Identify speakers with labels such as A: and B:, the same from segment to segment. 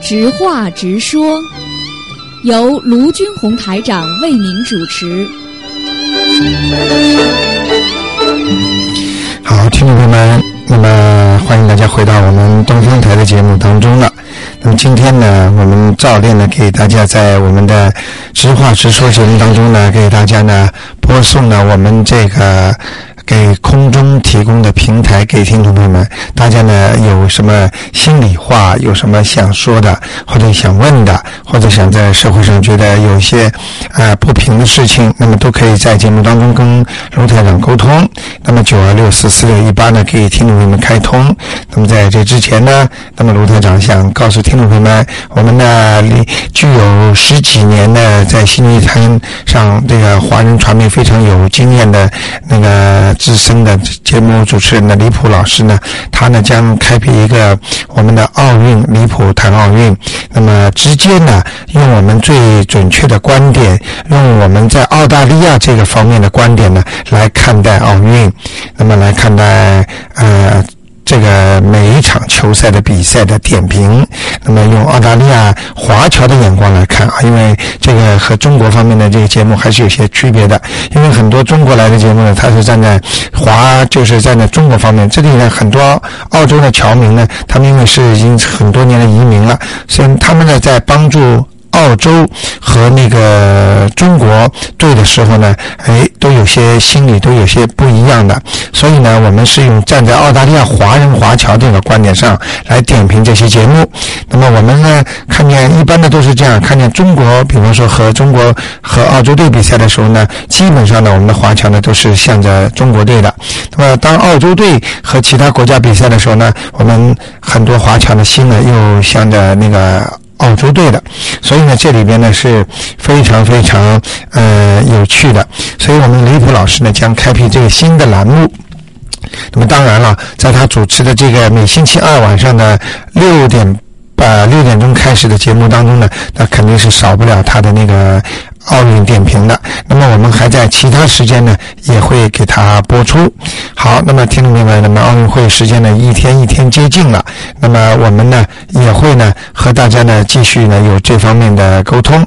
A: 直话直说，由卢军红台长为您主持。
B: 好，听众朋友们，那么欢迎大家回到我们东方台的节目当中了。那么今天呢，我们照例呢，给大家在我们的呃直话直说节目当中呃呢，给大家呢播送了我们这个给空中提供的平台给听众朋友们，大家呢有什么心里话，有什么想说的，或者想问的，或者想在社会上觉得有些呃不平的事情，那么都可以在节目当中跟卢台长沟通。那么九二六四四六一八呢，给听众朋友们开通。那么在这之前呢，那么卢台长想告诉听众朋友们，我们呢离具有十几年的在新闻坛上这个华人传媒非常有经验的那个资深的节目主持人的李普老师呢，他呢将开辟一个我们的奥运离谱谈奥运，那么直接呢用我们最准确的观点，用我们在澳大利亚这个方面的观点呢来看待奥运，那么来看待呃。这个每一场球赛的比赛的点评，那么用澳大利亚华侨的眼光来看啊，因为这个和中国方面的这个节目还是有些区别的，因为很多中国来的节目呢，它是站在华，就是站在中国方面。这里呢，很多澳洲的侨民呢，他们因为是已经很多年的移民了，所以他们呢在帮助。澳洲和那个中国队的时候呢，哎，都有些心里都有些不一样的，所以呢，我们是用站在澳大利亚华人华侨这个观点上来点评这些节目。那么我们呢，看见一般的都是这样，看见中国，比方说和中国和澳洲队比赛的时候呢，基本上呢，我们的华侨呢都是向着中国队的。那么当澳洲队和其他国家比赛的时候呢，我们很多华侨的心呢又向着那个。澳洲队的，所以呢，这里边呢是非常非常呃有趣的，所以我们李普老师呢将开辟这个新的栏目。那么当然了，在他主持的这个每星期二晚上的六点呃六点钟开始的节目当中呢，那肯定是少不了他的那个。奥运点评的，那么我们还在其他时间呢，也会给它播出。好，那么听众朋友们，那么奥运会时间呢，一天一天接近了，那么我们呢，也会呢和大家呢继续呢有这方面的沟通。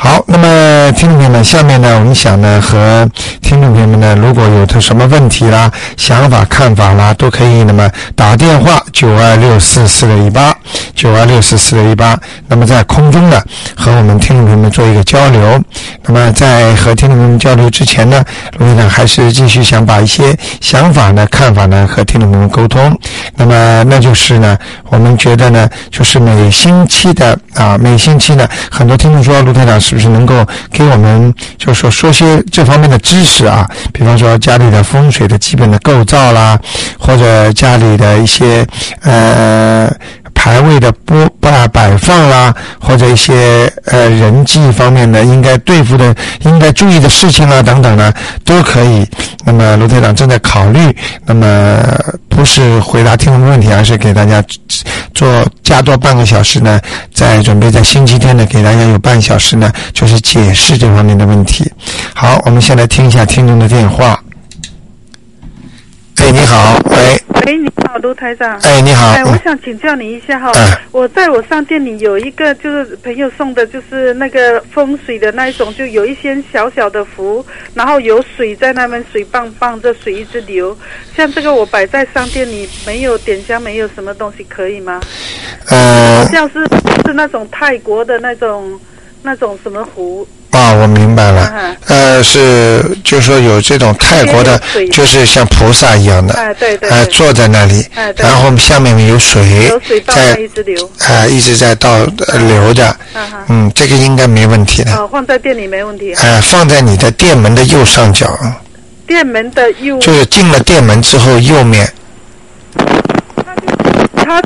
B: 好，那么听众朋友们，下面呢，我们想呢和听众朋友们呢，如果有什么问题啦、想法、看法啦，都可以那么打电话九二六四四六一八九二六四四六一八，那么在空中呢和我们听众朋友们做一个交流。那么在和听众朋友们交流之前呢，卢院长还是继续想把一些想法呢、看法呢和听众朋友们沟通。那么那就是呢，我们觉得呢，就是每星期的啊，每星期呢，很多听众说卢台长。是不是能够给我们，就是说说些这方面的知识啊？比方说家里的风水的基本的构造啦，或者家里的一些呃排位的播啊摆放啦，或者一些呃人际方面的应该对付的、应该注意的事情啦啊等等呢，都可以。那么卢队长正在考虑，那么不是回答听众的问题，而是给大家做加多半个小时呢，在准备在星期天呢给大家有半小时呢。就是解释这方面的问题。好，我们先来听一下听众的电话。哎，你好，喂。
C: 喂，你好，卢台长。
B: 哎，你好。
C: 哎，我想请教你一下哈，
B: 嗯
C: 我在我商店里有一个就是朋友送的，就是那个风水的那一种，就有一些小小的符，然后有水在那边，水棒棒着水一直流。像这个我摆在商店里，没有点香，没有什么东西，可以吗？
B: 呃，
C: 像是是那种泰国的那种那种什么符，
B: 啊，我明白了
C: 嗯。
B: 呃，是，就是说有这种泰国的
C: 也有水，
B: 就是像菩萨一样的，
C: 哎，对对
B: 呃，
C: 对，
B: 坐在那里，
C: 哎对
B: 然后下面有水
C: 有水棒
B: 在
C: 棒，一直流，
B: 呃，一直在倒呃流着。
C: 哈哈。
B: 嗯，这个应该没问题的。
C: 哦，放在店里没问题啊。
B: 呃，放在你的店门的右上角，
C: 店门的右
B: 就是进了店门之后右面，
C: 它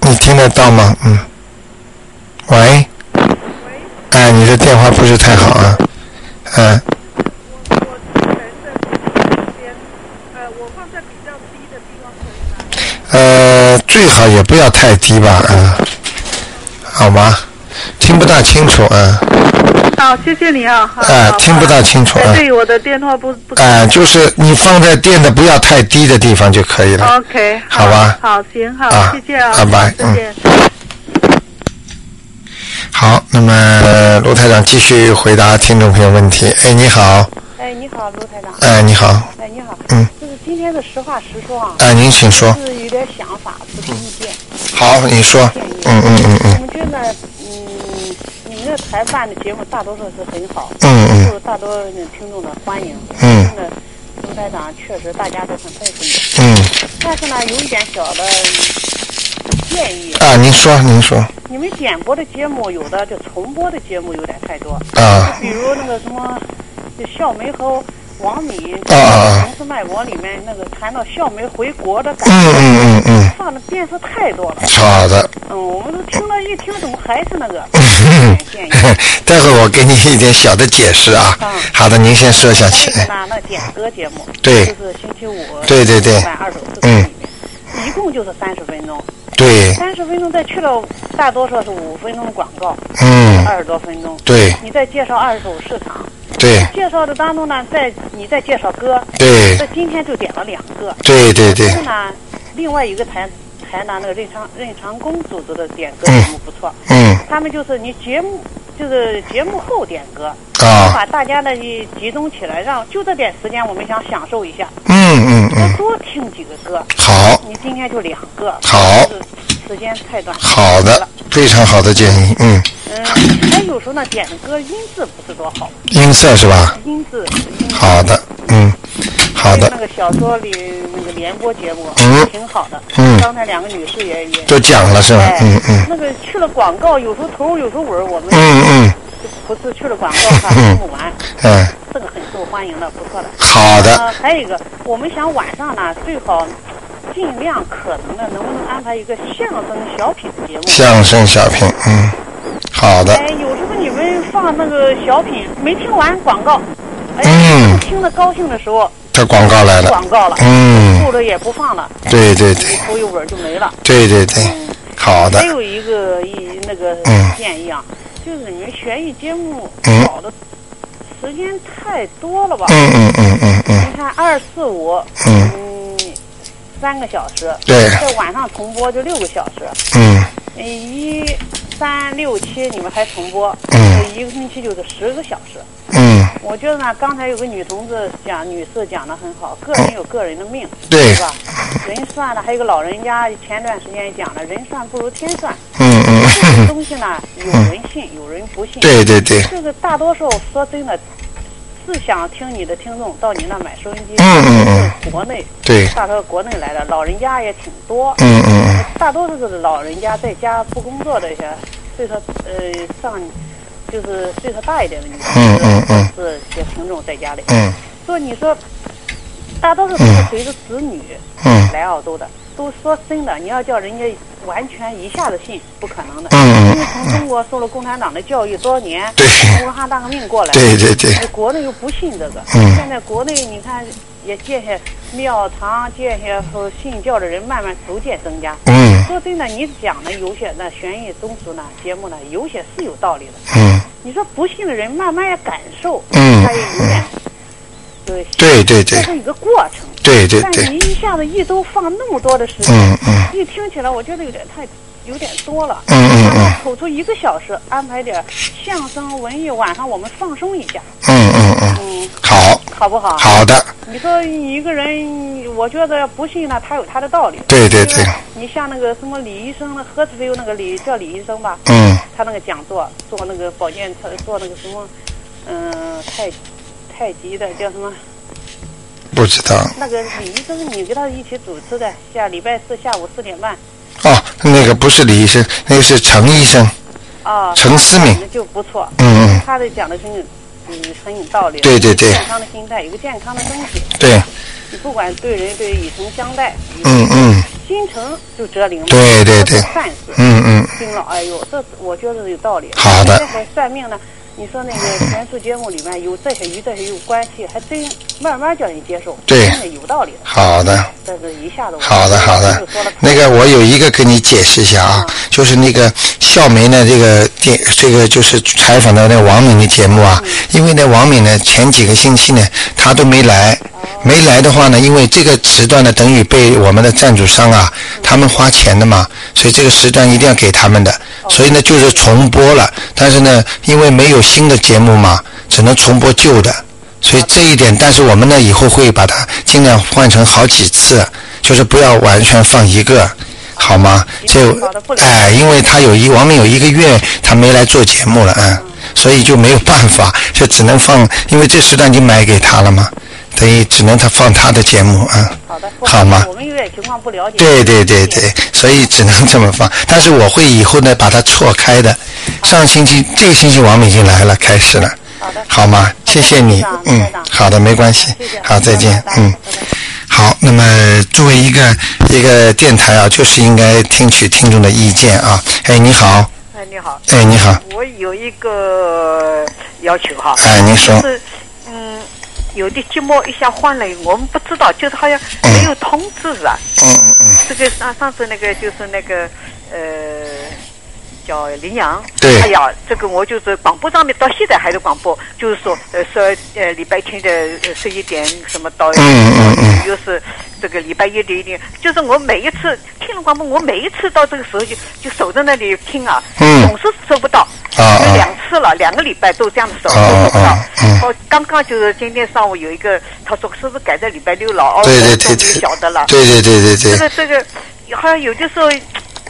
B: 你听得到吗？嗯。喂。哎，你的电话不是太好啊。嗯、
C: 呃，我放在比较低的地方可以吗？
B: 呃，最好也不要太低吧，啊、好吗？听不大清楚啊，
C: 好，谢谢你啊。好
B: 啊、
C: 好
B: 听不大清楚啊
C: 哎，对，我的电话不不。
B: 啊、就是你放在垫的不要太低的地方就可以了。
C: OK，
B: 好吧
C: 好，行，好
B: 啊，
C: 谢谢啊，
B: 拜拜
C: 再见。
B: 好，那么卢台长继续回答听众朋友问题。哎，你好，
D: 哎，你好，卢台长。
B: 哎，你好，
D: 哎，你好。
B: 嗯。
D: 就是今天的实话实说啊，
B: 哎，您请说。
D: 是有点想法，不是意见。
B: 好，你说。嗯嗯嗯嗯
D: 我们觉得，嗯，你们这台办的节目大多数是很好，
B: 嗯嗯
D: 受大多数听众的欢迎。
B: 嗯
D: 真的，卢台长确实大家都很佩服你。
B: 嗯，
D: 但是呢，有一点小的建议，
B: 啊，您说，您说，
D: 你们点播的节目有的就重播的节目有点太多，
B: 啊
D: 比如那个什么，就笑梅和王敏
B: 啊啊
D: 《红丝脉国》里面那个谈到笑梅回国的感觉。
B: 嗯嗯嗯嗯，
D: 放的遍数太多了，
B: 好的。
D: 嗯，我们都听了一听，怎么还是那个？建议。
B: 待会儿我给你一点小的解释啊
D: 嗯。
B: 好的，您先说下
D: 还
B: 去
D: 有。一个呢，那点歌节目，
B: 对
D: 就是星期五，
B: 对对对
D: 晚二首四里面，一共就是三十分钟，
B: 对，
D: 三十分钟再去了大多数是五分钟的广告，
B: 嗯，
D: 二十多分钟，
B: 对
D: 你再介绍二手市场，
B: 对
D: 介绍的当中呢，再你再介绍歌，
B: 对
D: 那今天就点了两个，
B: 对对对
D: 是，呢，另外一个台台南那个任长任长工组织的点歌节目不错，
B: 嗯
D: 他们就是你节目就是节目后点歌，
B: 啊，
D: 把大家呢一集中起来，让就这点时间我们想享受一下，
B: 嗯嗯嗯，
D: 多听几个歌。
B: 好，
D: 你今天就两个，
B: 好，
D: 时间太短，
B: 好的，非常好的建议，嗯，
D: 嗯，还有时候呢点的歌音质不是多好，
B: 音色是吧？
D: 音质音质
B: 好的，嗯，好
D: 那
B: 的，
D: 个小说里那个联播节目，
B: 嗯
D: 挺好的。
B: 嗯
D: 刚才两个女士也也，
B: 都讲了是吧
D: 哎？
B: 嗯嗯
D: 那个去了广告，有时候头，有时候尾儿，我们
B: 嗯嗯
D: 不是去了广告，他听不完，
B: 嗯，
D: 这个很受欢迎的，不错的。
B: 好的，
D: 呃，还有一个，我们想晚上呢，最好尽量可能的，能不能安排一个相声小品节目？
B: 相声小品，嗯，好的，
D: 哎，有时候你们放那个小品没听完广告，哎，
B: 嗯
D: 听得高兴的时候
B: 这广告来了
D: 广，告了，
B: 嗯，
D: 后头也不放了，
B: 对对对
D: 头一尾儿就没了。
B: 对对对，好的
D: 还，有一个一那个
B: 嗯
D: 建议啊，就是你们悬疑节目
B: 嗯
D: 搞的时间太多了吧？
B: 嗯嗯嗯嗯嗯，
D: 你看二四五，
B: 嗯
D: 嗯，三个小时，
B: 对
D: 在晚上重播就六个小时，
B: 嗯
D: 嗯一三六七你们还重播，
B: 嗯
D: 一个星期就是十个小时。
B: 嗯，
D: 我觉得呢，刚才有个女同志讲，女士讲的很好，个人有个人的命，
B: 对
D: 是吧？人算呢，还有个老人家前段时间也讲了，人算不如天算，
B: 嗯嗯，
D: 这个东西呢，有人信，有人不 信。
B: 对对对，
D: 这个大多数说真的，是想听你的听众到你那买收音机，
B: 嗯嗯嗯
D: 是国内
B: 对，
D: 大多国内来的，老人家也挺多，
B: 嗯嗯
D: 大多数是老人家在家不工作的一些，岁数呃上就是岁数大一点的女
B: 嗯
D: 性，
B: 嗯嗯
D: 是些听众在家里。
B: 嗯
D: 说你说，大多数都是随着子女
B: 嗯
D: 来澳洲的，都说真的，你要叫人家完全一下子信，不可能的。
B: 嗯
D: 因为
B: 嗯，
D: 从中国受了共产党的教育多少年，
B: 对
D: 从文化大革命过来，
B: 对对对，
D: 哎国内又不信这个。
B: 嗯
D: 现在国内你看也建些庙堂，建些和信教的人慢慢逐渐增加。
B: 嗯
D: 说真的，你讲的有些那悬疑综述呢节目呢，有些是有道理的。
B: 嗯
D: 你说不信的人慢慢也感受，
B: 嗯
D: 他也有点，对，
B: 对对
D: 这
B: 对
D: 是一个过程。
B: 对对
D: 但
B: 对，
D: 你一下子一周放那么多的时间，
B: 嗯嗯
D: 一听起来我觉得有点太有点多了。
B: 嗯嗯
D: 然
B: 嗯
D: 后抽出一个小时，安排点相声、文艺，晚上我们放松一下，
B: 嗯嗯嗯，
D: 嗯，
B: 好，
D: 好不好？。
B: 好的，
D: 你说一个人，我觉得不信呢，他有他的道理。
B: 对对对嗯
D: 因为你像那个什么李医生，那核磁菲欧那个李叫李医生吧，
B: 嗯
D: 他那个讲座做那个保健，他做那个什么，嗯、太太极的叫什么？
B: 不知道
D: 那个李医生，你跟他一起主持的，下礼拜四下午四点半
B: 哦，那个不是李医生，那个是陈医生，
D: 啊，
B: 陈思敏
D: 讲的就不错。
B: 嗯嗯，
D: 他的讲的很有，嗯，很有道理。
B: 对对对
D: 健康的心态，有个健康的东西，
B: 对，
D: 你不管对人对以诚相待，
B: 嗯嗯
D: 心诚就折灵嘛。
B: 对对
D: 这是
B: 对
D: 善事。
B: 嗯嗯，
D: 听了，哎呦，这我觉得有道理。
B: 好的嗯
D: 现在还算命呢，你说那个前述节目里面有这些与这些有关系，还真慢慢叫人接受，
B: 对
D: 真的有道理的。
B: 好的。
D: 但是一下子我
B: 好的，好的
D: 就说了。嗯
B: 那个我有一个跟你解释一下啊，就是那个笑梅呢，这个电这个就是采
D: 嗯哦
B: 访到那个王敏的节目啊，因为呢王敏呢前几个星期呢她都没来，没来的话呢，因为这个时段呢，等于被我们的赞助商啊，
D: 嗯
B: 他们花钱的嘛，所以这个时段一定要给他们的。
D: 哦
B: 所以呢，就是重播了，但是呢，因为没有新的节目嘛，只能重播旧的。所以这一点，但是我们呢，以后会把它尽量换成好几次，就是不要完全放一个，好吗？这
D: 好的不了解
B: 哎，因为他有一王明有一个月他没来做节目了，嗯，所以就没有办法， 就只能放，因为这时段已经买给他了嘛，等于只能他放他的节目啊。嗯
D: 好的，不
B: 好吗
D: 我们有点情况不了解。
B: 对对对对，所以只能这么 放。但是我会以后呢把它错开的。上星期这个星期王敏已经来了，开始了，
D: 好的，
B: 好吗？谢谢你
D: 台长，
B: 嗯
D: 台长，
B: 好的，没关系
D: 啊谢谢，
B: 好，再见
D: 拜，拜
B: 嗯。
D: 拜拜
B: 好，那么作为一个一个电台啊，就是应该听取听众的意见啊。哎，你好，
E: 哎，你好，
B: 哎，你好，
E: 我有一个要求哈，
B: 哎，你说
E: 就，是嗯，有的节目一下换了，我们不知道，就是好像
B: 哎
E: 没有通知啊。
B: 嗯嗯嗯，
E: 这个啊上上次那个就是那个呃。叫林阳，
B: 对
E: 哎呀，这个我就是广播上面到现在还是广播，就是说，呃，说呃礼拜天的呃十一点什么到，
B: 嗯嗯嗯
E: 又是这个礼拜一的一点，就是我每一次听了广播，我每一次到这个时候就就守在那里听啊，
B: 嗯
E: 总是收不到，
B: 啊啊
E: 有两次了，两个礼拜都这样子守，
B: 啊
E: 都收不
B: 啊
E: 到
B: 啊嗯。
E: 哦，刚刚就是今天上午有一个，他说是不是改在礼拜六了？哦，
B: 对对对
E: 我终
B: 对
E: 于晓得了，。
B: 对对对对
E: 这
B: 对，
E: 个这个，好像有的时候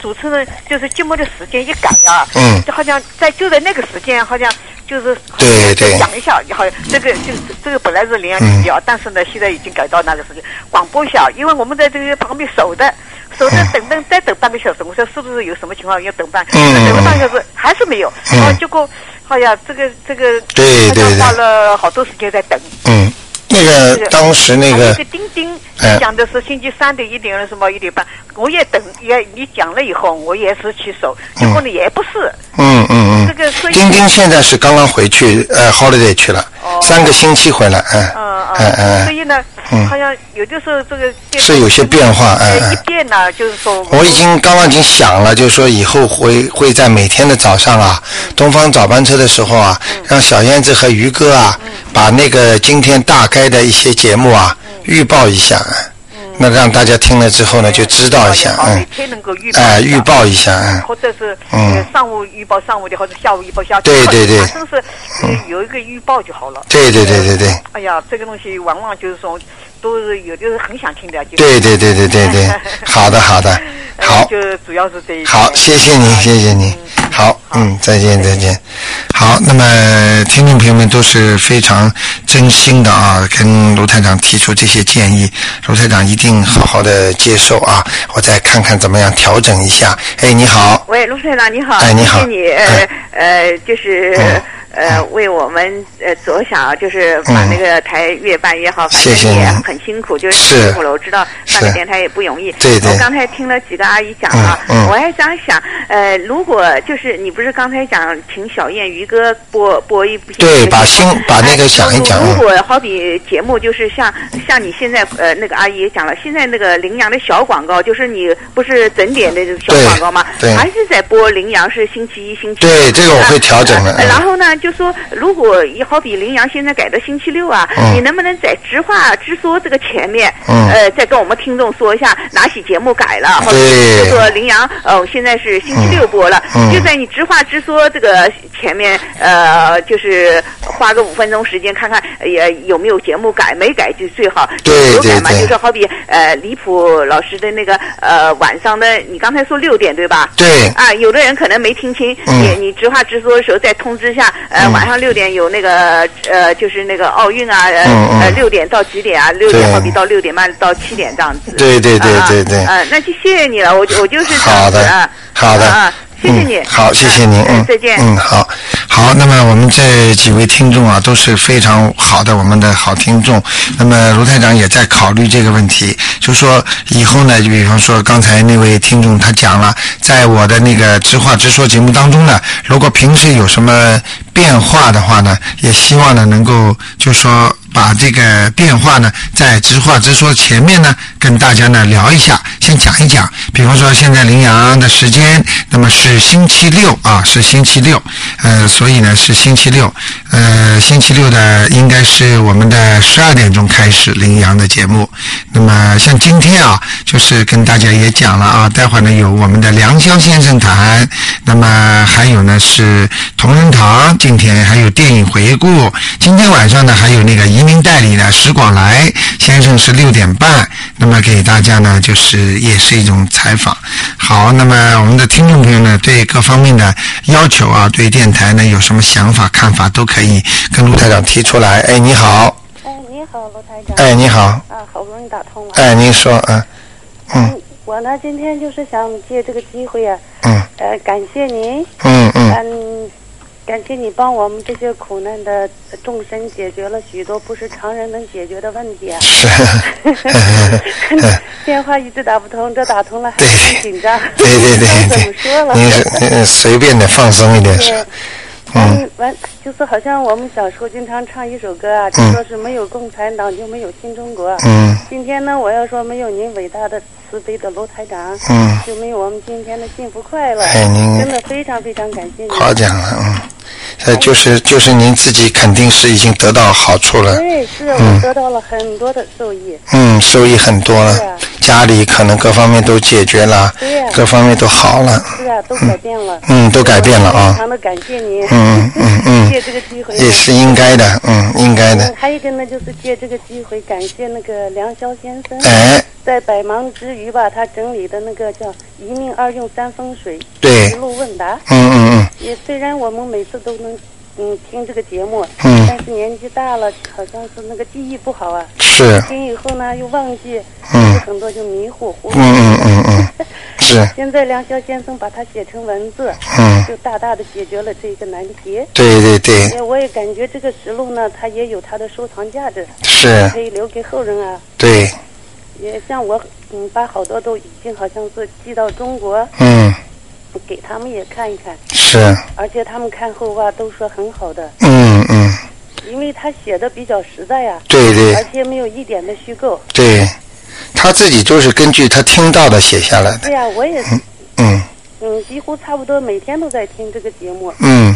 E: 主持人就是节目的时间一改啊，
B: 嗯
E: 就好像在就在那个时间，好像就是
B: 对对嗯
E: 讲一下，好像这个就是这个本来是羚羊提啊，但是呢，现在已经改到那个时间广播一下，因为我们在这个旁边守着。守着等等，再等半个小时，我说是不是有什么情况要等半？
B: 嗯
E: 等了半个小时还是没有，
B: 嗯
E: 然后结果，哎呀，这个这个，
B: 对对
E: 好像
B: 对
E: 花了好多时间在等。
B: 嗯，那个
E: 这个
B: 当时那
E: 还有
B: 个
E: 一个钉钉
B: 哎
E: 讲的是星期三的一点了什么一点半，我也等也你讲了以后，我也是去守，结果呢也不是，
B: 嗯嗯
E: 这个所
B: 嗯，
E: 以
B: 丁丁现在是刚刚回去，呃，holiday 去了，三个星期回来，嗯
E: 嗯
B: 嗯
E: 嗯，所
B: 嗯，
E: 以呢
B: 嗯，
E: 好像有的时候这个电
B: 是有些变化哎哎
E: 一变呢就是说
B: 我已经刚刚已经想了，就是说以后会会在每天的早上啊，
E: 嗯
B: 东方早班车的时候啊，让小燕子和于哥啊，
E: 嗯
B: 把那个今天大概的一些节目啊
E: 嗯
B: 预报一下，哎那让大家听了之后呢就知道一下，
E: 哎好
B: 嗯
E: 每，天能够预报一下
B: 哎，预报一下，嗯。
E: 或者是
B: 嗯
E: 呃上午预报上午的，或者下午预报下午的，
B: 对对对嗯
E: 反正是呃有一个预报就好了。
B: 对对对对对
E: 哎呀，这个东西往往就是说都是有的是很想听的，就是
B: 对对对对对 对，好的好的，
E: 呃
B: 好。
E: 就主要是这一
B: 好，
E: 点
B: 谢谢你，谢谢你。好，嗯，再见，再见。好，那么听众朋友们都是非常真心的啊，跟卢台长提出这些建议，卢台长一定好好的接受啊，我再看看怎么样调整一下。哎，你好，
F: 喂，卢台长你好，
B: 哎你好
F: 谢谢你，
B: 哎
F: 呃呃，就是
B: 嗯
F: 呃为我们呃着想，就是把
B: 嗯
F: 那个台越办越好，反
B: 谢谢
F: 正也
B: 您
F: 很辛苦，就是是辛苦了，我知道办
B: 是
F: 个电台也不容易。
B: 对对
F: 我刚才听了几个阿姨讲啊，
B: 嗯嗯
F: 我还想想，呃，如果就是你不是刚才讲请小燕于哥播播一部戏
B: 对
F: 节目
B: 把新
F: 吗
B: 把那个
F: 哎
B: 讲一讲
F: 如果好比节目就是像像你现在呃那个阿姨也讲了，现在那个羚羊的小广告，就是你不是整点的小
B: 对
F: 广告吗？
B: 对
F: 还是在播羚羊是星期一、星期
B: 对
F: 二
B: 这个我会调整的
F: 啊呃
B: 嗯
F: 然后呢，就说如果也好比羚羊现在改到星期六啊，
B: 嗯
F: 你能不能在直话直说这个前面，
B: 嗯
F: 呃，再跟我们听众说一下哪些节目改了，或者
B: 对
F: 是说羚羊哦现在是星期六播了，
B: 嗯嗯
F: 就在你直话直说这个前面，呃，就是花个五分钟时间看看呃也有没有节目改，没改就最好，
B: 对
F: 有改嘛，
B: 对对
F: 就是好比呃离谱老师的那个呃晚上的，你刚才说六点对吧？
B: 对
F: 啊，有的人可能没听清，
B: 嗯
F: 你你直话直说的时候再通知一下，呃，晚上六点有那个呃，就是那个奥运啊，呃
B: 嗯嗯
F: 呃，六点到几点啊？六点
B: 对
F: 好比到六点半到七点这样子。
B: 对对对
F: 啊
B: 对对
F: 啊，啊那就谢谢你了，我就我就是这
B: 好
F: 样子
B: 的
F: 啊，，
B: 好的，
F: 啊，谢谢你
B: 嗯。好，谢谢您。
F: 啊
B: 嗯
F: 嗯，，再见。
B: 嗯，好，好。那么我们这几位听众啊，都是非常好的我们的好听众。那么卢台长也在考虑这个问题，就说以后呢，就比方说刚才那位听众他讲了，在我的那个直话直说节目当中呢，如果平时有什么变化的话呢，也希望呢能够就说把这个变化呢，在直话直说前面呢跟大家呢聊一下。现先讲一讲，比方说现在羚羊的时间，那么是星期六啊，是星期六，呃，所以呢是星期六，呃，星期六的应该是我们的十二点钟开始羚羊的节目。那么像今天啊，就是跟大家也讲了啊，待会儿呢有我们的梁霄先生谈，那么还有呢是同仁堂，今天还有电影回顾，今天晚上呢还有那个移民代理呢石广来先生是六点半，那么给大家呢就是也是一种采访。好，那么我们的听众朋友呢对各方面的要求啊，对电台呢有什么想法看法都可以跟陆台长提出来。哎，你好，
G: 哎，你好，罗台长。
B: 哎，你好，
G: 啊，好不容易打通了。
B: 哎，您说啊，嗯
G: 我呢，今天就是想借这个机会啊，
B: 嗯
G: 呃，感谢您，
B: 嗯嗯
G: 嗯，感谢你帮我们这些苦难的众生解决了许多不是常人能解决的问题啊。
B: 是，
G: 电话一直打不通，这打通了还
B: 对
G: 挺紧张。
B: 对对对
G: 怎么说了
B: 对，？您是呃随便的放松一点是
G: 对，，
B: 嗯
G: 完完就是好像我们小时候经常唱一首歌啊，就说是没有共产党就没有新中国。啊
B: 嗯
G: 今天呢，我要说没有您伟大的慈悲的罗台长，
B: 嗯，
G: 就没有我们今天的幸福快乐。
B: 哎您
G: 真的非常非常感谢你。
B: 夸奖了，嗯，呃，就是就是您自己肯定是已经得到好处了，
G: 对，是我得到了很多的受益。
B: 嗯，收益很多
G: 是
B: 了
G: 啊，
B: 家里可能各方面都解决了
G: 对呀，
B: 各方面都好了，
G: 是啊，都改变了。
B: 嗯，都改变了
G: 非
B: 啊，
G: 常的感谢您。
B: 嗯嗯嗯
G: 借这个机会呢。
B: 也是应该的，嗯，应该的
G: 嗯，还有一个呢，就是借这个机会感谢那个梁霄先生，
B: 哎，
G: 在百忙之余吧，他整理的那个叫“一命二用三风水”
B: 对
G: 一路问答。
B: 嗯嗯
G: 也虽然我们每次都能嗯听这个节目，
B: 嗯
G: 但是年纪大了，好像是那个记忆不好啊，
B: 嗯，是，
G: 听以后呢又忘记，
B: 嗯
G: 有很多就迷糊糊。
B: 嗯嗯嗯 嗯，是，
G: 现在梁霄先生把它写成文字，
B: 嗯，
G: 就大大的解决了这一个难题。
B: 对对对，
G: 也我也感觉这个实录呢，它也有它的收藏价值，
B: 是，
G: 可以留给后人啊。
B: 对，
G: 也像我，嗯，把好多都已经好像是寄到中国，
B: 嗯，
G: 给他们也看一看，
B: 是，
G: 而且他们看后吧、都说很好的，
B: 嗯嗯，
G: 因为他写的比较实在呀、
B: 对对
G: 而。且没有一点的虚构。
B: 对，他自己就是根据他听到的写下来的。
G: 对呀、我也，
B: 嗯
G: 嗯，几乎差不多每天都在听这个节目，
B: 嗯，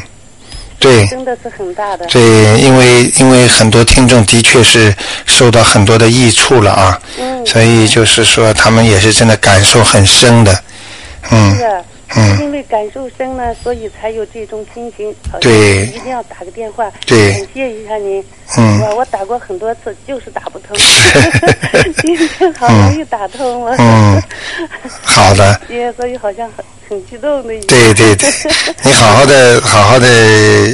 B: 对
G: 真的是很大的。
B: 对，因为因为很多听众的确是受到很多的益处了啊，
G: 嗯，
B: 所以就是说他们也是真的感受很深的。嗯
G: 是啊
B: 嗯
G: 因为感受深呢，所以才有这种心情。好像
B: 对
G: 一定要打个电话，
B: 对
G: 感谢一下您。
B: 嗯
G: 我我打过很多次，就是打不通。 今天好不容易打通了，
B: 嗯，好的，
G: 也所以好像很很激动的一样。
B: 对对对，你好好的好好的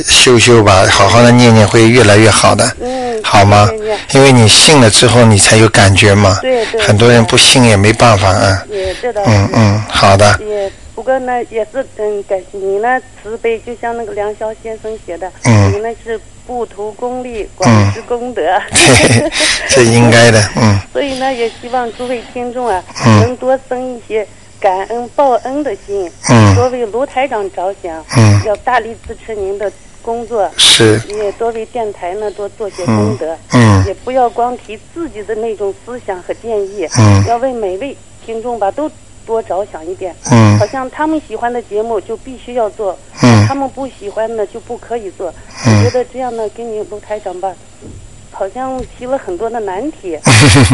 B: 修修吧，好好的念念会越来越好的。
G: 嗯，
B: 好吗
G: 谢谢？
B: 因为你信了之后，你才有感觉嘛。
G: 对对
B: 很多人不信也没办法啊。
G: 也这倒是。
B: 嗯嗯，好的。
G: 也不过呢，也是嗯，感谢你呢慈悲，就像那个梁霄先生写的，
B: 嗯
G: 你呢是不图功利，广施功德。
B: 嘿，这嗯应该 的，嗯
G: 所以呢，也希望诸位听众啊，
B: 嗯
G: 能多生一些感恩报恩的心，
B: 嗯
G: 多为卢台长着想，
B: 嗯
G: 要大力支持您的工作，
B: 是，
G: 也多为电台呢多做些功德，
B: 嗯
G: 也不要光提自己的那种思想和建议，
B: 嗯
G: 要为每位听众吧都多着想一点。
B: 嗯
G: 好像他们喜欢的节目就必须要做，
B: 嗯
G: 他们不喜欢的就不可以做。
B: 嗯
G: 我觉得这样呢，给你卢台长吧，好像提了很多的 难题。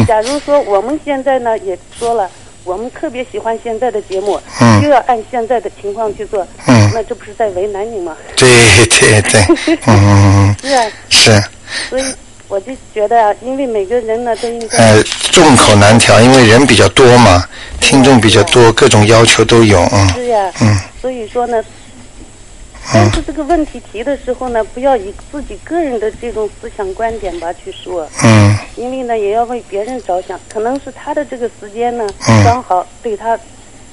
G: 假如说我们现在呢也说了，我们特别喜欢现在的节目，
B: 嗯
G: 就要按现在的情况去做，
B: 嗯
G: 那这不是在为难你吗？
B: 对对对，嗯嗯嗯，
G: 是啊，
B: 是，
G: 所以我就觉得啊，因为每个人呢都应该、
B: 呃，众口难调，因为人比较多嘛，听众比较多，各种要求都有，嗯
G: 是呀，
B: 嗯
G: 所以说呢，但是这个问题提的时候呢，不要以自己个人的这种思想观点吧去说，
B: 嗯
G: 因为呢也要为别人着想，可能是他的这个时间呢
B: 嗯
G: 刚好对他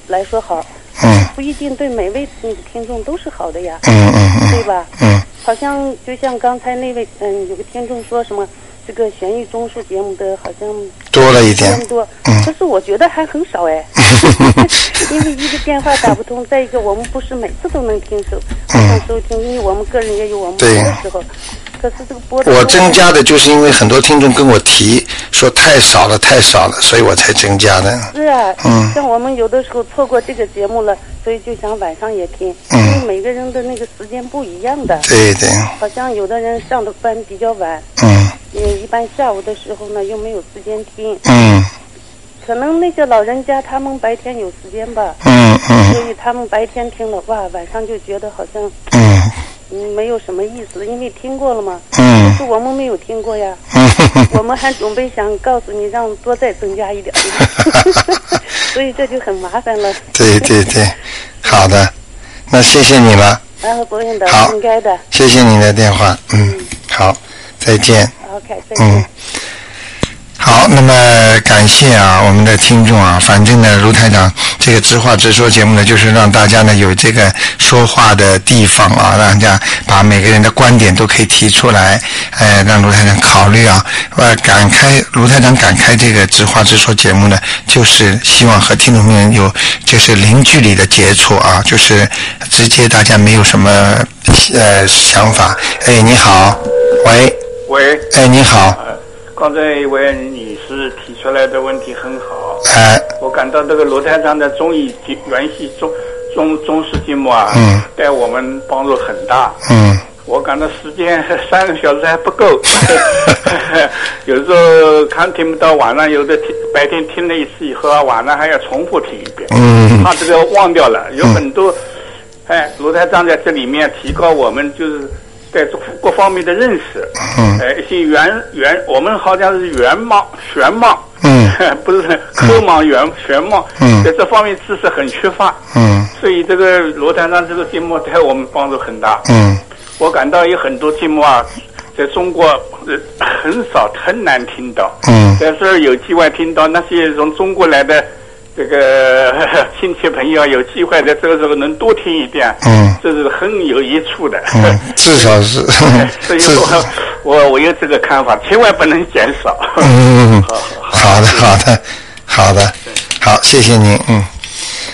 G: 来说好，
B: 嗯
G: 不一定对每位那个听众都是好的呀，
B: 嗯嗯
G: 对吧？
B: 嗯
G: 好像就像刚才那位嗯有个听众说什么。这个悬疑综述节目的好像
B: 多了一
G: 这么
B: 点，
G: 多，
B: 嗯
G: 可是我觉得还很少 哎。因为一个电话打不通，再一个我们不是每次都能听收，
B: 嗯
G: 上收听，因为我们个人也有我们忙的时候，
D: 可是这个波
B: 我增加的就是因为很多听众跟我提说太少了，太少了，所以我才增加的。
D: 是啊，
B: 嗯
D: 像我们有的时候错过这个节目了，所以就想晚上也听，
B: 嗯
D: 因为每个人的那个时间不一样的，
B: 对对，
D: 好像有的人上的班比较晚，
B: 嗯
D: 也一般下午的时候呢又没有时间听，
B: 嗯
D: 可能那些老人家他们白天有时间吧，
B: 嗯
D: 所
B: 嗯
D: 以他们白天听了哇，晚上就觉得好像
B: 嗯
D: 嗯没有什么意思，因为听过了嘛，
B: 嗯
D: 是我们没有听过呀。
B: 嗯呵呵，
D: 我们还准备想告诉你，让多再增 加一点， 所以这就很麻烦了。
B: 对对对，好的，那谢谢你了，
D: 然后不用的
B: 好，
D: 应该的。
B: 谢谢你的电话，嗯，好，再见。
D: OK，再见。
B: 嗯，好，那么感谢啊，我们的听众啊，反正呢，卢台长这个直话直说节目呢，就是让大家呢有这个说话的地方啊，让大家把每个人的观点都可以提出来，呃，让卢台长考虑啊，呃，敢开卢台长敢开这个直话直说节目呢，就是希望和听众朋友们有就是零距离的接触啊，就是直接大家没有什么呃想法。哎，你好，喂，
H: 喂，
B: 哎，你好。
H: 呃，刚才一位女士提出来的问题很好，
B: 哎，
H: 我感到这个罗台长的中医节原系中中中式节目啊，
B: 嗯
H: 对我们帮助很大。
B: 嗯
H: 我感到时间三个小时还不 够，有时候看听不到，晚上有的听白天听了一次以后啊，晚上还要重复听一遍，
B: 嗯
H: 怕这个忘掉了。有很多，哎，卢台长在这里面提高我们就是在这各方面的认识，
B: 嗯
H: 哎，一些原原我们好像是原貌玄貌，
B: 嗯
H: 不是科盲原玄貌，
B: 嗯
H: 在这方面知识很缺乏，
B: 嗯
H: 所以这个罗台长这个节目对我们帮助很大，
B: 嗯
H: 我感到有很多节目啊，在中国呃很少很难听到，
B: 嗯
H: 但是有机会听到那些从中国来的这个 亲戚朋友，有机会在这个时候能多听一点，
B: 嗯
H: 这是很有益处的。
B: 嗯，至少是
H: 所以
B: 至
H: 我我我有这个看法，千万不能减少。
B: 嗯，
H: 好
B: 好的好的好的，好，谢谢您，嗯。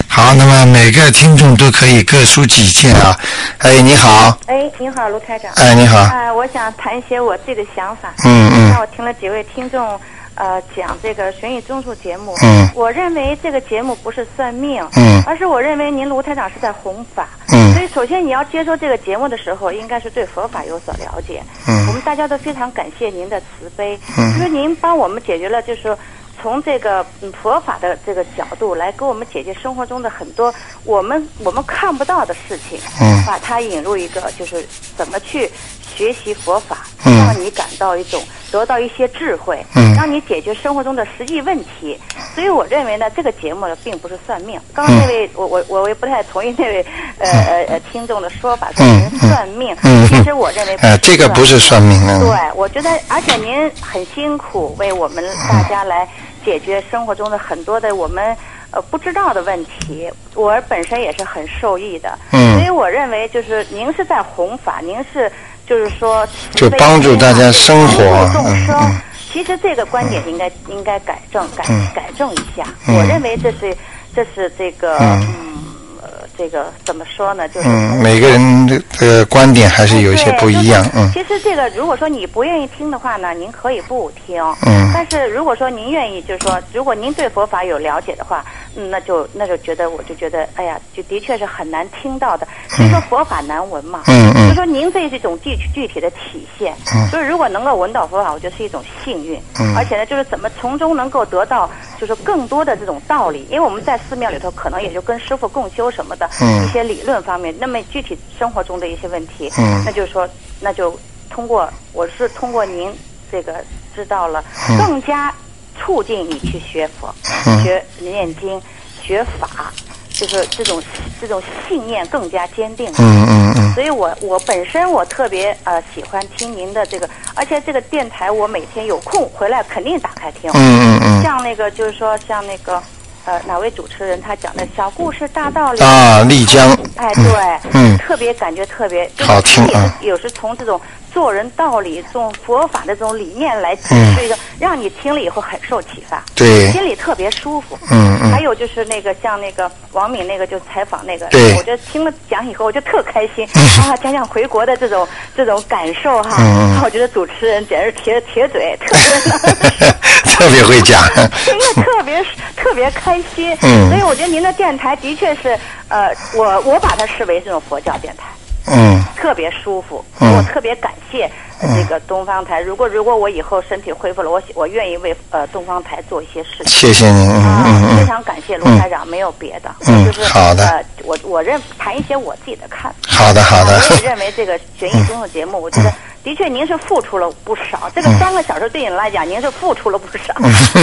B: 好，那么每个听众都可以各抒己见啊。哎，你好，
I: 哎，您好，卢台长。
B: 哎，你好，
I: 啊、我想谈一些我自己的想法。
B: 嗯嗯
I: 那我听了几位听众，呃，讲这个《悬疑综述》节目。
B: 嗯
I: 我认为这个节目不是算命。
B: 嗯
I: 而是我认为您卢台长是在弘法。
B: 嗯
I: 所以，首先你要接收这个节目的时候，应该是对佛法有所了解。
B: 嗯
I: 我们大家都非常感谢您的慈悲，因为您帮我们解决了，就是说从这个嗯佛法的这个角度来给我们解决生活中的很多我们我们看不到的事情，
B: 嗯
I: 把它引入一个就是怎么去学习佛法，
B: 嗯
I: 让你感到一种得到一些智慧，
B: 嗯
I: 让你解决生活中的实际问题。所以我认为呢，这个节目呢并不是算命。刚
B: 嗯
I: 刚那位，我我我也不太同意那位呃呃呃听众的说法，说
B: 嗯
I: 您算命，
B: 嗯
I: 其实我认为
B: 呃，这个不是算命的。
I: 对，我觉得，而且您很辛苦，为我们大家来解决生活中的很多的我们呃不知道的问题，我本身也是很受益的。
B: 嗯
I: 所以我认为就是您是在弘法，您是就是说
B: 就帮助大家生活
I: 帮助众
B: 嗯
I: 生。
B: 嗯
I: 其实这个观点应该、应该改正改、
B: 嗯
I: 改正一下，
B: 嗯
I: 我认为这是这是这个
B: 嗯
I: 嗯。呃这个怎么说呢？就是
B: 嗯，每个人的呃观点还是有一些不一样。
I: 对
B: 嗯
I: 就是其实这个，如果说你不愿意听的话呢，您可以不听。
B: 嗯
I: 但是如果说您愿意，就是说，如果您对佛法有了解的话，嗯那就那就觉得，我就觉得，哎呀，就的确是很难听到的。就说佛法难闻嘛。
B: 嗯嗯
I: 就说您这是一种具具体的体现。
B: 嗯
I: 所以如果能够闻到佛法，我觉得是一种幸运。
B: 嗯
I: 而且呢，就是怎么从中能够得到，就是更多的这种道理。因为我们在寺庙里头，可能也就跟师傅共修什么的，
B: 嗯
I: 一些理论方面。那么具体生活中的一些问题，
B: 嗯
I: 那就是说，那就通过我是通过您这个知道了，
B: 嗯
I: 更加促进你去学佛、
B: 嗯
I: 学念经、学法，就是这种这种信念更加坚定。
B: 嗯嗯嗯
I: 所以我我本身我特别呃喜欢听您的这个，而且这个电台我每天有空回来肯定打开听。
B: 嗯嗯
I: 像那个就是说像那个呃哪位主持人他讲的小故事大道理
B: 嗯，啊，丽江，
I: 哎，对，
B: 嗯
I: 特别感觉特别
B: 好听
I: 就是
B: 啊
I: 也是有时从这种做人道理、这种佛法的这种理念来解
B: 嗯
I: 释一个，让你听了以后很受启发，
B: 对
I: 心里特别舒服。
B: 嗯嗯
I: 还有就是那个像那个王敏那个就采访那个，
B: 对
I: 我就听了讲以后我就特开心，啊，讲讲回国的这种这种感受哈，
B: 嗯嗯
I: 啊我觉得主持人简直铁铁嘴，特别 能
B: 特别会讲。
I: 听着特别特别开心。
B: 嗯
I: 所以我觉得您的电台的确是，呃，我我把它视为这种佛教电台。
B: 嗯
I: 特别舒服，
B: 嗯
I: 我特别感谢这个东方台。如果如果我以后身体恢复了，我喜我愿意为呃东方台做一些事情。
B: 谢谢您，嗯
I: 啊
B: 嗯，
I: 非
B: 嗯，
I: 常感谢卢台长，没有别的，
B: 嗯
I: 就是
B: 好的
I: 呃，我我认谈一些我自己的看法。
B: 好的好的嗯
I: 啊，我也认为这个悬疑综述节目，我觉得的确您是付出了不少，这个三个小时对你来讲，您是付出了不少，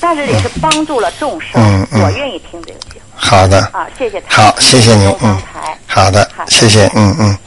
I: 但是也是帮助了众生
B: 嗯。嗯
I: 我愿意听这个节目
B: 好的，
I: 啊，谢谢台长。
B: 好，谢谢您
I: 东，
B: 嗯
I: 方台。，
B: 好的
I: 好，
B: 谢谢，嗯嗯。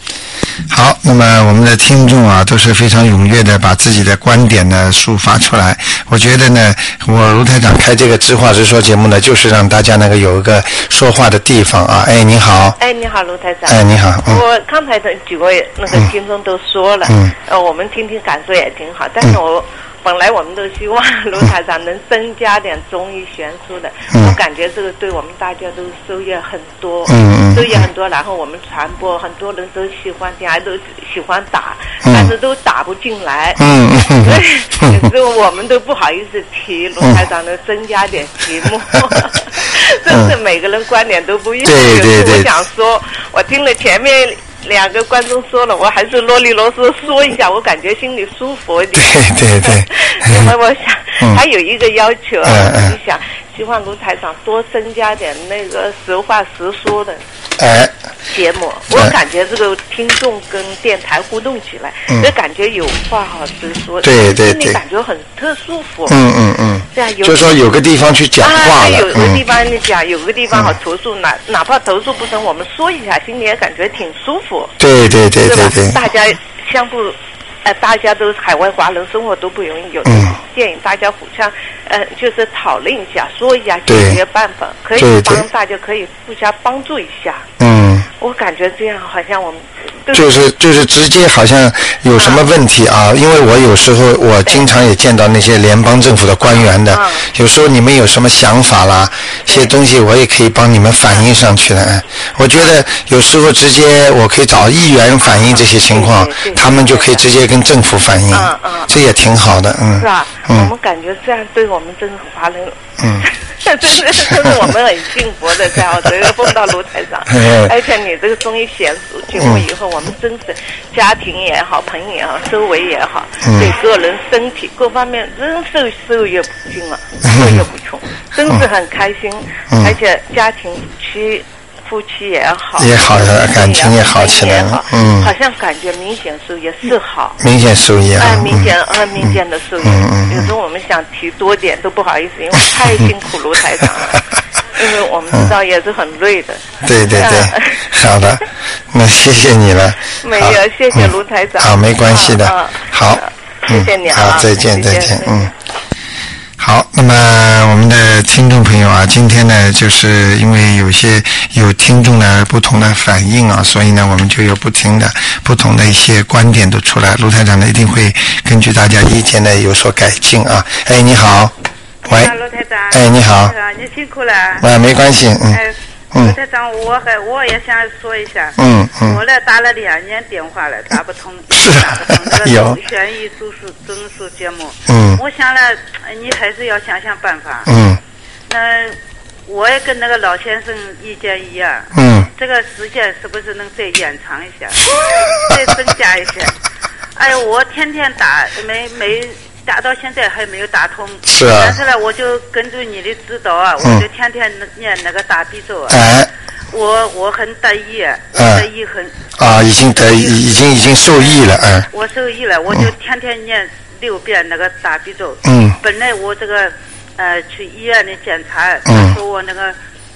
B: 好，那么我们的听众啊都是非常踊跃的，把自己的观点呢抒发出来。我觉得呢，我卢台长开这个知话直说节目呢，就是让大家那个有一个说话的地方啊。哎，你 好，
J: 哎，你好，卢台长。
B: 哎，你好，嗯
J: 我刚才的几位那个听众都说了，
B: 嗯
J: 呃，我们听听感受也挺好，但是我。本来我们都希望卢台长能增加点中医玄术的，
B: 嗯
J: 我感觉这个对我们大家都收益很多，
B: 嗯嗯
J: 收益很多。然后我们传播，很多人都喜欢听，还都喜欢打，
B: 嗯
J: 但是都打不进来。
B: 嗯嗯
J: 所
B: 嗯
J: 以有时候我们都不好意思提卢台长能增加点题 目，
B: 嗯
J: 真是每个人观点都 不一样。
B: 对
J: 有时
B: 对
J: 候
B: 对
J: 我想说，我听了前面两个观众说了，我还是啰里啰嗦说一下，我感觉心里舒服一点。
B: 对对 对
J: 因为我想、
B: 嗯
J: 还有一个要求，
B: 嗯嗯
J: 就想希望卢台长多增加点那个实话实说的。
B: 哎，
J: 节目，我
B: 对
J: 感觉这个听众跟电台互动起来，
B: 嗯
J: 就感觉有话好直说，
B: 对对
J: 心里
B: 对
J: 感觉很特舒服。
B: 嗯嗯嗯
J: 这样，有
B: 就说有个地方去讲话
J: 啊，
B: 了
J: 有，个地
B: 嗯，
J: 方你讲，有个地方好投诉，哪哪怕投诉不成，我们说一下，心里也感觉挺舒服，
B: 对对对
J: 是
B: 对
J: 吧？
B: 对，
J: 大家相互，呃，大家都是海外华人，生活都不容易，有
B: 嗯
J: 建议大家互相，呃，就是讨论一下，说一下
B: 对
J: 解决办法，可以
B: 对对
J: 帮大家，可以互相帮助一下。
B: 嗯。
J: 我感觉这样好像我们都
B: 就是就是直接好像有什么问题啊？因为我有时候我经常也见到那些联邦政府的官员的
J: 嗯，
B: 有时候你们有什么想法啦，一些东西我也可以帮你们反映上去的。哎我觉得有时候直接我可以找议员反映这些情况
J: 对对，对
B: 他们就可以直接跟政府反映
J: 嗯嗯，
B: 这也挺好的，嗯
J: 是吧？我
B: 嗯
J: 们感觉这样对我们真是华人，
B: 嗯，
J: 这真是真是我们很幸福的，在澳洲碰到卢台长
B: 哎，
J: 而且你这个中医娴熟节目以后，我们真是家庭也好，朋友也好，周围也好，
B: 嗯
J: 对个人身体各方面真受受益不尽啊，受益不穷，真是很开心，
B: 嗯
J: 而且家庭期。夫妻也好，
B: 也好了感情也好
J: 朋友
B: 起来了
J: 也好
B: 嗯
J: 好像感觉明显受益是好，
B: 明显收益
J: 哎
B: 啊，，
J: 明显很明显的受益
B: 嗯嗯。嗯
J: 有时候我们想提多点都不好意思，因为太辛苦卢台长 了。因为我们知道也是很累的。
B: 对对对
J: 嗯，
B: 好的，那谢谢你了。
J: 没
B: 好
J: 有，谢谢
B: 嗯
J: 卢台长。
B: 好，没关系的。
J: 啊
B: 好，
J: 谢谢你
B: 嗯
J: 啊
B: 好，再见，
J: 谢
B: 再
J: 谢
B: 见，嗯。好，那么我们的听众朋友啊，今天呢，就是因为有些有听众呢不同的反应啊，所以呢，我们就有不停的不同的一些观点都出来。卢台长呢，一定会根据大家意见呢有所改进啊。哎，你好，喂，
K: 啊，罗台长。
B: 哎，你好，
K: 啊，你辛苦了。
B: 啊，没关系，嗯
K: 哎，
B: 嗯
K: 罗台长，我还我也想说一下。
B: 嗯嗯
K: 我来打了两年电 话了，打不通。
B: 是啊
K: 打不通。这
B: 有
K: 个悬疑综述综述节目。
B: 嗯
K: 我想了，哎你还是要想想办法。
B: 嗯
K: 那我也跟那个老先生意见一样。
B: 嗯
K: 这个时间是不是能再延长一下， 再增加一些？哎，我天天打，没没打到现在还没有打通。
B: 是啊
K: 但是呢，我就跟着你的指导啊，
B: 嗯
K: 我就天天念那个大悲咒啊。
B: 哎
K: 我我很得意，我
B: 嗯
K: 得意很，
B: 啊，已经得已已经已经受益了，嗯
K: 我受益了，我就天天念六遍那个大悲咒。
B: 嗯
K: 本来我这个呃去医院里检查，
B: 嗯
K: 他说我那个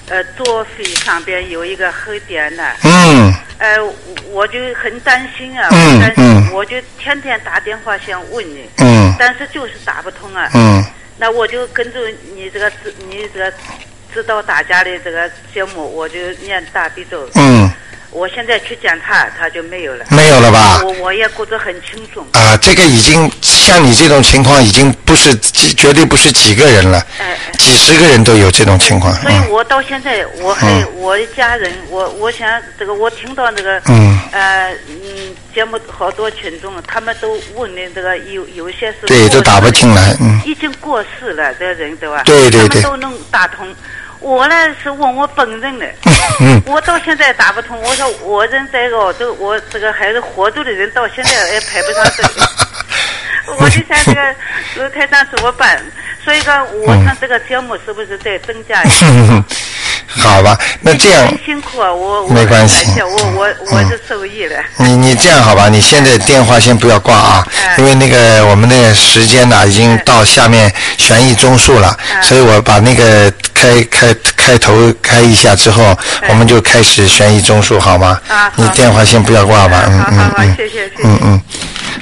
K: 呃左肺上边有一个黑点呢。
B: 嗯。
K: 呃，我我就很担心啊，
B: 嗯
K: 我担心
B: 嗯
K: 我就天天打电话想问你，
B: 嗯
K: 但是就是打不通啊。
B: 嗯
K: 那我就跟着你这个指你这个指导大家的这个节目，我就念大悲咒。
B: 嗯
K: 我现在去检查，它就没有了。
B: 没有了吧
K: 我我也觉得很轻松。
B: 啊，这个已经像你这种情况，已经不是几，绝对不是几个人了，
K: 哎
B: 几十个人都有这种情况。
K: 所以我到现在，我还、
B: 嗯
K: 我的家人，我我想这个，我听到那个，
B: 嗯
K: 呃嗯，节目好多群众，他们都问的这个有有些是
B: 对
K: 过世
B: 都打不进来嗯
K: 已经过世了这人对吧？
B: 对对对
K: 他们都能打通。我呢是问我本人的，
B: 嗯
K: 我到现在打不通。我说我人在澳洲，我这个还是活着的人，到现在也排不上队。 我就想这个卢台长怎么办？所以说，我看这个节目是不是在增加一点？
B: 嗯， 好吧，那这样
K: 很辛苦啊，我我
B: 没关系嗯
K: 很感谢我我我是受益了。
B: 你你这样好吧？你现在电话先不要挂啊，
K: 嗯
B: 因为那个我们的时间呢、已经到下面悬疑综述了，
K: 嗯
B: 所以我把那个开开开头开一下之后，
K: 嗯
B: 我们就开始悬疑综述好吗？
K: 啊
B: 你电话先不要挂吧，嗯嗯嗯，谢谢，嗯嗯。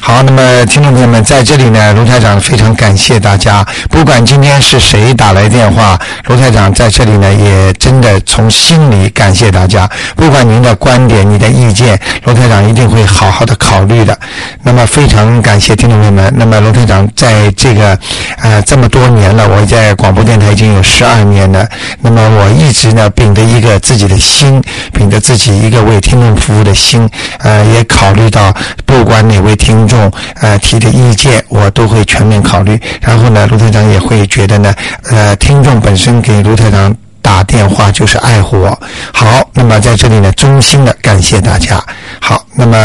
B: 好，那么听众朋友们，在这里呢，卢台长非常感谢大家，不管今天是谁打来电话，卢台长在这里呢也真的从心里感谢大家，不管您的观点、你的意见，卢台长一定会好好的考虑的。那么非常感谢听众朋友们，那么卢台长在这个呃这么多年了，我在广播电台已经有十二年了，那么我一直呢秉着一个自己的心，秉着自己一个为听众服务的心，呃，也考虑到不管哪位听众呃提的意见，我都会全面考虑。然后呢，卢台长也会觉得呢，呃，听众本身给卢台长。打电话就是爱护我。好，那么在这里呢，衷心的感谢大家。好，那么。